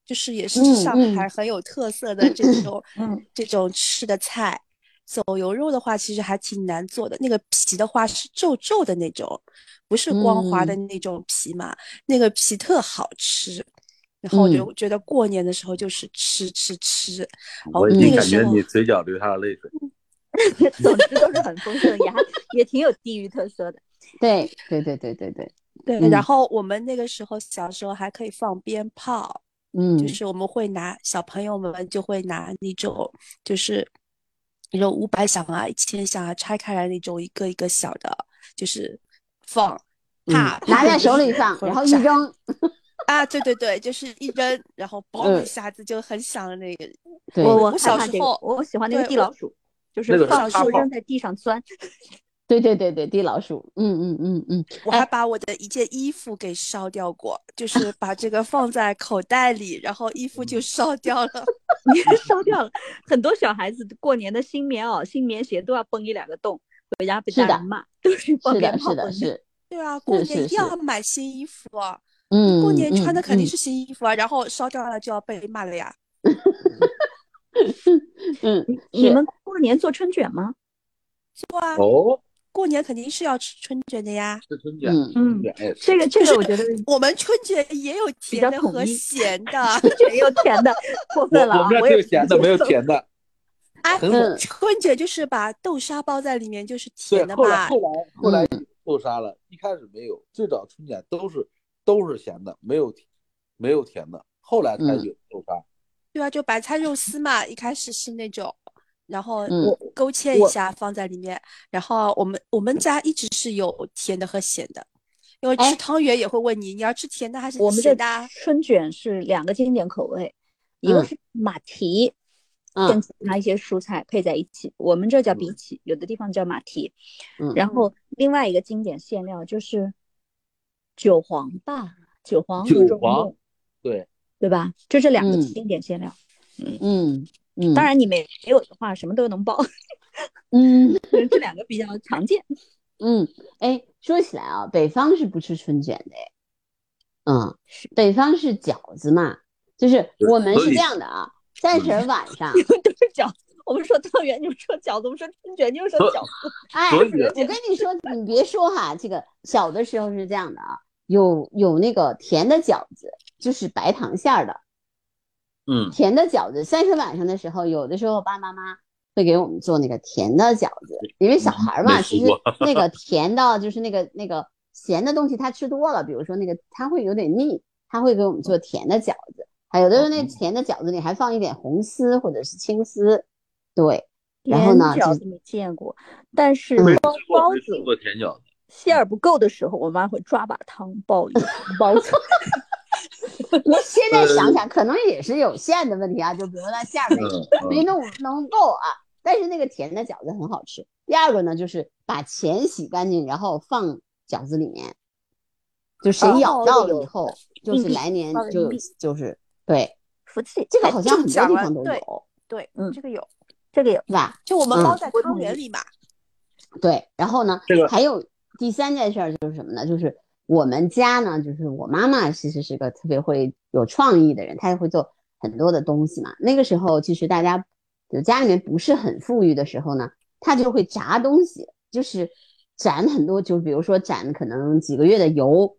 [SPEAKER 3] 就是也是
[SPEAKER 4] 嗯
[SPEAKER 3] 上
[SPEAKER 4] 嗯
[SPEAKER 3] 海很有特色的这种、
[SPEAKER 1] 嗯
[SPEAKER 3] 这种吃的菜。走油肉的话，其实还挺难做的，那个皮的话是皱皱的那种，不是光滑
[SPEAKER 4] 嗯
[SPEAKER 3] 的那种皮嘛，那个皮特好吃。然后我
[SPEAKER 4] 嗯
[SPEAKER 3] 就觉得过年的时候就是吃吃吃，哦
[SPEAKER 2] 我已
[SPEAKER 3] 那
[SPEAKER 2] 经
[SPEAKER 3] 个
[SPEAKER 2] 感
[SPEAKER 3] 时
[SPEAKER 2] 觉
[SPEAKER 3] 候
[SPEAKER 2] 你嘴角流下了泪水。
[SPEAKER 1] 总之 都是很丰盛，也还也挺有地域特色的。
[SPEAKER 4] 嗯，对对对对对对，
[SPEAKER 3] 对。
[SPEAKER 4] 嗯
[SPEAKER 3] 然后我们那个时候小时候还可以放鞭炮，
[SPEAKER 4] 嗯，
[SPEAKER 3] 就是我们会拿小朋友们就会拿那种就是那种五百响啊、一千响啊拆开来那种一个一个小的，就是放，
[SPEAKER 4] 嗯
[SPEAKER 3] 啪，
[SPEAKER 4] 拿在手里放，
[SPEAKER 3] 或者
[SPEAKER 4] 然后一
[SPEAKER 3] 炸
[SPEAKER 4] 扔，
[SPEAKER 3] 啊，对对对，就是一扔，然后嘣
[SPEAKER 4] 嗯
[SPEAKER 3] 一下子就很响的那个，
[SPEAKER 4] 对，
[SPEAKER 1] 我我
[SPEAKER 3] 我小
[SPEAKER 1] 害怕
[SPEAKER 3] 时
[SPEAKER 1] 这个
[SPEAKER 3] 候
[SPEAKER 1] 我喜欢那个
[SPEAKER 3] 对
[SPEAKER 1] 地
[SPEAKER 3] 我
[SPEAKER 1] 老鼠，就
[SPEAKER 2] 那
[SPEAKER 1] 是
[SPEAKER 2] 个是
[SPEAKER 1] 放
[SPEAKER 3] 小
[SPEAKER 1] 树
[SPEAKER 3] 时候
[SPEAKER 1] 扔在地上钻。
[SPEAKER 4] 对对对对，地老鼠，嗯嗯嗯嗯，
[SPEAKER 3] 我还把我的一件衣服给烧掉过，就是把这个放在口袋里，然后衣服就烧掉了。
[SPEAKER 1] 你 烧掉了。很多小孩子过年的新棉袄、新棉鞋都要崩一两个洞，回家被
[SPEAKER 4] 是
[SPEAKER 1] 大
[SPEAKER 4] 的
[SPEAKER 1] 人骂， 都是放
[SPEAKER 4] 是
[SPEAKER 1] 鞭
[SPEAKER 4] 的，
[SPEAKER 1] 炮
[SPEAKER 4] 是的，
[SPEAKER 1] 崩
[SPEAKER 4] 是，
[SPEAKER 3] 对啊，过年
[SPEAKER 4] 是
[SPEAKER 3] 一定要
[SPEAKER 4] 是
[SPEAKER 3] 买新衣服啊！
[SPEAKER 4] 嗯，
[SPEAKER 3] 过年穿的
[SPEAKER 4] 嗯
[SPEAKER 3] 肯定
[SPEAKER 4] 嗯
[SPEAKER 3] 是新衣服啊，然后烧掉了就要被骂了呀。
[SPEAKER 4] 嗯，
[SPEAKER 1] 你
[SPEAKER 4] 是
[SPEAKER 1] 们过年做春卷吗？
[SPEAKER 3] 做啊，
[SPEAKER 2] 哦，
[SPEAKER 3] 过年肯定是要吃春卷的呀。
[SPEAKER 2] 是春卷，
[SPEAKER 4] 嗯，
[SPEAKER 1] 嗯，
[SPEAKER 2] 卷哎，
[SPEAKER 1] 这个这
[SPEAKER 3] 是
[SPEAKER 1] 个我觉得
[SPEAKER 3] 我们春卷也有甜
[SPEAKER 1] 较
[SPEAKER 3] 的
[SPEAKER 1] 统
[SPEAKER 3] 和
[SPEAKER 1] 一
[SPEAKER 3] 咸的，
[SPEAKER 1] 这有甜的 过
[SPEAKER 2] 我
[SPEAKER 1] 分了
[SPEAKER 2] 我
[SPEAKER 1] 啊
[SPEAKER 2] 们！
[SPEAKER 1] 我
[SPEAKER 2] 这儿只
[SPEAKER 1] 也
[SPEAKER 2] 有咸的，没有甜的。
[SPEAKER 3] 哎
[SPEAKER 2] 很
[SPEAKER 4] 嗯，
[SPEAKER 3] 春卷就是把豆沙包在里面，就是
[SPEAKER 2] 对
[SPEAKER 3] 甜，的
[SPEAKER 2] 后来
[SPEAKER 3] 嘛
[SPEAKER 2] 后。来后来豆沙了，一开始没有，最早春卷都是都是咸的，没有没有甜的，后来才
[SPEAKER 4] 嗯
[SPEAKER 2] 有豆沙。
[SPEAKER 3] 对啊，就白菜肉丝嘛，一开始是那种，然后
[SPEAKER 4] 嗯
[SPEAKER 3] 勾芡一
[SPEAKER 1] 我
[SPEAKER 3] 下放在里面，然后我们我们家一直是有甜的和咸的，因为
[SPEAKER 4] 哎
[SPEAKER 3] 吃汤圆也会问你，你要吃甜的还是
[SPEAKER 1] 我们这
[SPEAKER 3] 咸的啊？
[SPEAKER 1] 春卷是两个经典口味，一个
[SPEAKER 4] 嗯
[SPEAKER 1] 是马蹄，
[SPEAKER 4] 嗯
[SPEAKER 1] 跟其他一些蔬菜配在一起，我们这叫
[SPEAKER 2] 嗯
[SPEAKER 1] 荸荠，有的地方叫马蹄。
[SPEAKER 4] 嗯
[SPEAKER 1] 然后另外一个经典馅料就是韭黄吧，韭黄和
[SPEAKER 2] 韭
[SPEAKER 1] 肉
[SPEAKER 2] 黄
[SPEAKER 1] 末，
[SPEAKER 2] 对，
[SPEAKER 1] 对吧？这是两个
[SPEAKER 4] 嗯
[SPEAKER 1] 经典馅料。
[SPEAKER 4] 嗯嗯，
[SPEAKER 1] 当然你没没有的话，什么都能包，
[SPEAKER 4] 嗯。
[SPEAKER 1] 这两个比较常见。
[SPEAKER 4] 嗯，哎，说起来啊，北方是不吃春卷的哎，嗯
[SPEAKER 1] 是，
[SPEAKER 4] 北方是饺子嘛，就是
[SPEAKER 2] 对
[SPEAKER 4] 我们
[SPEAKER 2] 所
[SPEAKER 4] 是
[SPEAKER 2] 以
[SPEAKER 4] 这样的啊，三十儿晚上，
[SPEAKER 1] 你们都是饺子，我们说汤圆，你们说饺子，我们说春卷，你们说
[SPEAKER 2] 所
[SPEAKER 1] 饺子。
[SPEAKER 4] 哎，
[SPEAKER 2] 所以
[SPEAKER 4] 我跟你说，你别说哈，这个小的时候是这样的啊，有有那个甜的饺子，就是白糖馅儿的
[SPEAKER 2] 嗯，
[SPEAKER 4] 甜的饺子。三十晚上的时候，有的时候爸爸妈妈会给我们做那个甜的饺子，因为小孩儿嘛，
[SPEAKER 2] 没吃
[SPEAKER 4] 其实
[SPEAKER 2] 过
[SPEAKER 4] 那个甜的，就是那个那个咸的东西，他吃多了，比如说那个他会有点腻，他会给我们做甜的饺子。还有的时候那
[SPEAKER 2] 嗯
[SPEAKER 4] 甜的饺子里还放一点红丝或者是青丝，对， 然后
[SPEAKER 1] 甜
[SPEAKER 4] 呢
[SPEAKER 1] 饺
[SPEAKER 4] 就
[SPEAKER 1] 子没见过，但是
[SPEAKER 4] 嗯
[SPEAKER 1] 包
[SPEAKER 2] 吃过
[SPEAKER 1] 包
[SPEAKER 2] 没吃
[SPEAKER 1] 子
[SPEAKER 2] 过甜饺子，
[SPEAKER 1] 馅儿不够的时候，我妈会抓把汤包一 包子。
[SPEAKER 4] 你现在
[SPEAKER 2] 呃
[SPEAKER 4] 想想，可能也是有限的问题啊，就比如它馅儿 没 没
[SPEAKER 2] 嗯
[SPEAKER 4] 弄弄够啊。但是那个甜的饺子很好吃。第二个呢，就是把钱洗干净，然后放饺子里面，就谁
[SPEAKER 1] 哦
[SPEAKER 4] 咬到
[SPEAKER 1] 这个
[SPEAKER 4] 了以
[SPEAKER 1] 有
[SPEAKER 4] 后，就
[SPEAKER 1] 硬
[SPEAKER 4] 是
[SPEAKER 1] 币
[SPEAKER 4] 来年
[SPEAKER 1] 放在
[SPEAKER 4] 就
[SPEAKER 1] 硬
[SPEAKER 4] 有
[SPEAKER 1] 币
[SPEAKER 4] 就是对
[SPEAKER 1] 福气，
[SPEAKER 4] 这个
[SPEAKER 1] 哎
[SPEAKER 4] 好像很多
[SPEAKER 3] 讲
[SPEAKER 4] 地
[SPEAKER 3] 了
[SPEAKER 4] 方都
[SPEAKER 3] 对
[SPEAKER 4] 有，
[SPEAKER 3] 对，
[SPEAKER 1] 嗯
[SPEAKER 3] 这个有，
[SPEAKER 1] 这个有
[SPEAKER 4] 是吧？
[SPEAKER 3] 就我们
[SPEAKER 4] 嗯
[SPEAKER 3] 包在
[SPEAKER 1] 我
[SPEAKER 3] 汤
[SPEAKER 1] 懂
[SPEAKER 3] 圆
[SPEAKER 1] 你
[SPEAKER 3] 里嘛。
[SPEAKER 4] 对，然后呢，
[SPEAKER 2] 这个
[SPEAKER 4] 还有第三件事儿就是什么呢？就是我们家呢，就是我妈妈其实是个特别会有创意的人，她也会做很多的东西嘛。那个时候其实大家就家里面不是很富裕的时候呢，她就会炸东西，就是攒很多，就比如说攒可能几个月的油，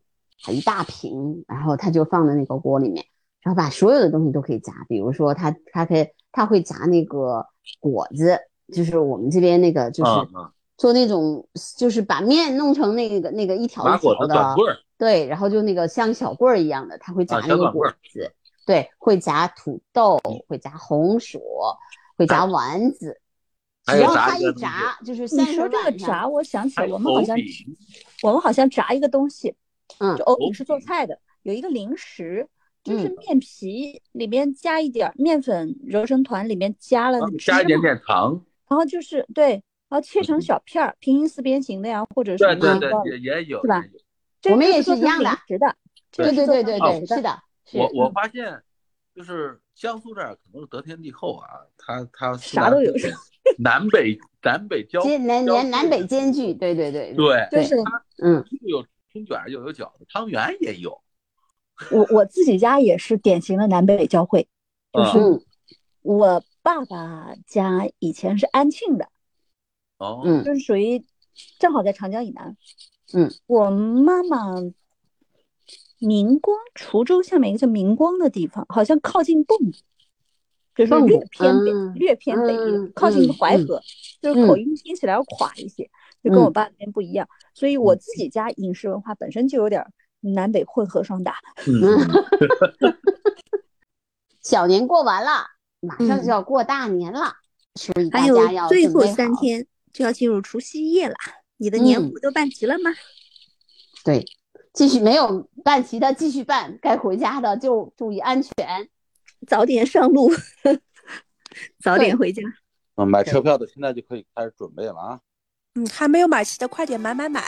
[SPEAKER 4] 一大瓶，然后她就放在那个锅里面。然后把所有的东西都可以炸，比如说他他可以他会炸那个果子，就是我们这边那个就是
[SPEAKER 2] 嗯嗯
[SPEAKER 4] 做那种就是把面弄成那个那个一条
[SPEAKER 2] 麻
[SPEAKER 4] 一
[SPEAKER 2] 果
[SPEAKER 4] 条
[SPEAKER 2] 子
[SPEAKER 4] 的
[SPEAKER 2] 短，棍儿，
[SPEAKER 4] 对，然后就那个像小棍儿一样的，他会炸
[SPEAKER 2] 啊小
[SPEAKER 4] 那个
[SPEAKER 2] 短
[SPEAKER 4] 果
[SPEAKER 2] 棍儿嗯
[SPEAKER 4] 子，对，会炸土豆，会炸红薯，会炸丸子，
[SPEAKER 2] 还
[SPEAKER 4] 只
[SPEAKER 2] 有
[SPEAKER 4] 要
[SPEAKER 2] 炸
[SPEAKER 4] 他
[SPEAKER 2] 一个
[SPEAKER 4] 一
[SPEAKER 2] 东西
[SPEAKER 4] 炸，就是
[SPEAKER 1] 你
[SPEAKER 4] 三十
[SPEAKER 1] 说这个
[SPEAKER 4] 晚上
[SPEAKER 1] 炸，我想起
[SPEAKER 2] 还
[SPEAKER 1] 来，
[SPEAKER 2] 有
[SPEAKER 1] 我们好
[SPEAKER 2] 藕
[SPEAKER 1] 像
[SPEAKER 2] 饼
[SPEAKER 1] 我们好像炸一个东西，
[SPEAKER 4] 嗯
[SPEAKER 1] 就藕
[SPEAKER 2] 藕
[SPEAKER 1] 饼是做
[SPEAKER 2] 饼
[SPEAKER 1] 菜的，有一个零食，就是
[SPEAKER 4] 嗯
[SPEAKER 1] 面皮里面加一点儿面粉，揉成团，里面加了
[SPEAKER 2] 然后
[SPEAKER 1] 芝
[SPEAKER 2] 哦啊加一点
[SPEAKER 1] 麻，
[SPEAKER 2] 点糖，
[SPEAKER 1] 然后就是对，然后切成
[SPEAKER 2] 嗯
[SPEAKER 1] 小片儿，平行四边形的呀，或者什
[SPEAKER 2] 对
[SPEAKER 1] 么
[SPEAKER 2] 对
[SPEAKER 1] 乱七
[SPEAKER 2] 对
[SPEAKER 1] 八糟，的
[SPEAKER 2] 也也有
[SPEAKER 1] 是吧
[SPEAKER 2] 也有
[SPEAKER 1] 这
[SPEAKER 4] 我们
[SPEAKER 1] 个
[SPEAKER 4] 也
[SPEAKER 1] 做
[SPEAKER 4] 是一
[SPEAKER 1] 成
[SPEAKER 4] 样的
[SPEAKER 1] 零食的，这
[SPEAKER 4] 对
[SPEAKER 1] 个
[SPEAKER 4] 对
[SPEAKER 1] 做
[SPEAKER 4] 对
[SPEAKER 1] 成
[SPEAKER 4] 对
[SPEAKER 1] 零
[SPEAKER 4] 对，
[SPEAKER 1] 食
[SPEAKER 4] 是的，是
[SPEAKER 2] 我
[SPEAKER 1] 嗯
[SPEAKER 2] 我发现，就是江苏这儿可能是得天地厚啊，它它四
[SPEAKER 1] 啥
[SPEAKER 2] 大
[SPEAKER 1] 都有
[SPEAKER 2] 地区，南北南北交
[SPEAKER 4] 兼南
[SPEAKER 2] 交
[SPEAKER 4] 南南
[SPEAKER 2] 汇
[SPEAKER 4] 北兼具，对对对
[SPEAKER 2] 对，
[SPEAKER 1] 就
[SPEAKER 4] 对
[SPEAKER 1] 是
[SPEAKER 4] 嗯
[SPEAKER 2] 又有春卷儿又有饺子，汤圆也有，
[SPEAKER 1] 我我自己家也是典型的南北交汇，就是
[SPEAKER 2] 嗯
[SPEAKER 4] 嗯
[SPEAKER 1] 我爸爸家以前是安庆的，
[SPEAKER 2] 哦，
[SPEAKER 4] 嗯
[SPEAKER 1] 就是属于正好在长江以南。
[SPEAKER 4] 嗯，
[SPEAKER 1] 我妈妈明光，滁州下面一个叫明光的地方，好像靠近蚌埠，就是
[SPEAKER 4] 蚌
[SPEAKER 1] 略
[SPEAKER 4] 埠
[SPEAKER 1] 偏北，
[SPEAKER 4] 嗯
[SPEAKER 1] 略偏北一点，
[SPEAKER 4] 嗯
[SPEAKER 1] 靠近
[SPEAKER 4] 嗯
[SPEAKER 1] 淮
[SPEAKER 4] 嗯
[SPEAKER 1] 河，就是口
[SPEAKER 4] 嗯
[SPEAKER 1] 音听起来要垮一些，就跟我
[SPEAKER 4] 嗯
[SPEAKER 1] 爸那边不一样。所以我自己家饮食文化本身就有点儿南北混合双打。
[SPEAKER 2] 嗯，
[SPEAKER 4] 小年过完了，马上就要过大年了，所以大
[SPEAKER 5] 还
[SPEAKER 4] 家
[SPEAKER 5] 有
[SPEAKER 4] 要
[SPEAKER 5] 最
[SPEAKER 4] 准
[SPEAKER 5] 后
[SPEAKER 4] 备
[SPEAKER 5] 三
[SPEAKER 4] 好。
[SPEAKER 5] 天就要进入除夕夜了，你的年
[SPEAKER 4] 嗯
[SPEAKER 5] 糊都办齐了吗？
[SPEAKER 4] 对，继续没有办齐的继续办，该回家的就注意安全。
[SPEAKER 5] 早点上路， 早点回家。
[SPEAKER 2] 嗯买车票的现在就可以开始准备了啊。
[SPEAKER 3] 嗯，还没有买齐的，快点买买买！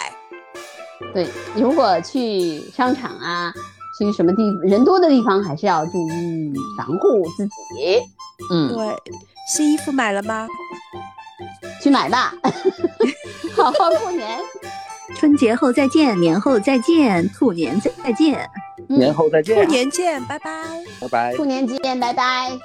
[SPEAKER 4] 对，如果去商场啊，去什么地人多的地方，还是要注意防护自己。嗯，
[SPEAKER 3] 对，新衣服买了吗？
[SPEAKER 4] 去买吧， 好好过年。
[SPEAKER 5] 春节后再见，年后再见，兔年再见。
[SPEAKER 4] 嗯
[SPEAKER 2] 年后再见
[SPEAKER 3] 啊
[SPEAKER 2] 啊
[SPEAKER 3] 过，年见，拜拜。
[SPEAKER 2] 拜拜。
[SPEAKER 4] 兔年见，拜拜。